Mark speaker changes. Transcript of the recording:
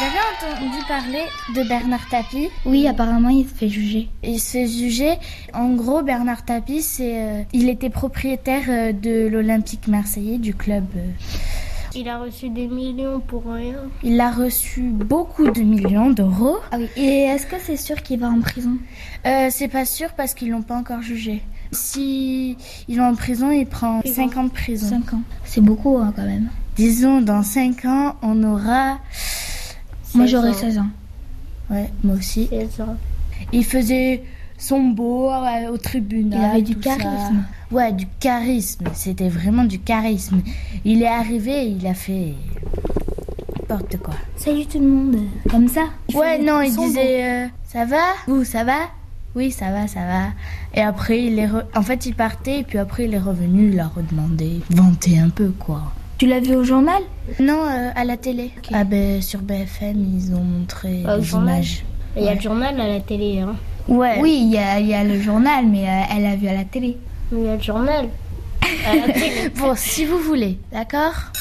Speaker 1: J'avais entendu parler de Bernard Tapie.
Speaker 2: Oui, apparemment, il se fait juger.
Speaker 1: Il se fait juger. En gros, Bernard Tapie, c'est, euh, il était propriétaire euh, de l'Olympique marseillais, du club. euh.
Speaker 3: Il a reçu des millions pour rien.
Speaker 1: Il a reçu beaucoup de millions d'euros.
Speaker 2: Ah oui. Et est-ce que c'est sûr qu'il va en prison
Speaker 1: Euh, c'est pas sûr parce qu'ils l'ont pas encore jugé. Si il est en prison, il prend
Speaker 3: Prison.
Speaker 1: 5 ans de prison.
Speaker 2: Cinq ans. C'est beaucoup hein, quand même.
Speaker 1: Disons, dans 5 ans, on aura...
Speaker 2: Moi, j'aurais 16 ans.
Speaker 1: Ouais, moi aussi.
Speaker 3: 16 ans.
Speaker 1: Il faisait son beau euh, au tribunal.
Speaker 2: Il avait du
Speaker 1: tout ça.
Speaker 2: charisme.
Speaker 1: Ouais, du charisme. C'était vraiment du charisme. Il est arrivé, il a fait n'importe quoi.
Speaker 2: Salut tout le monde. Comme ça Il
Speaker 1: ouais,
Speaker 2: faisait
Speaker 1: non, il
Speaker 2: son beau.
Speaker 1: disait euh, ça va Vous, ça va Oui, ça va, ça va. Et après, il est re- en fait, il partait et puis après, il est revenu, il l'a redemandé, vanté un peu quoi.
Speaker 2: Tu l'as vu au journal
Speaker 1: Non, euh, à la télé. Ah ben sur BFM, ils ont montré
Speaker 3: Ah, au
Speaker 1: des
Speaker 3: journal.
Speaker 1: images.
Speaker 3: Et Il y a le journal à la télé. Hein.
Speaker 1: Ouais.
Speaker 2: Oui, il y, a, il y a le journal, mais euh, elle l'a vu à la télé.
Speaker 3: Il y a le journal. À la télé.
Speaker 1: Bon, si vous voulez, d'accord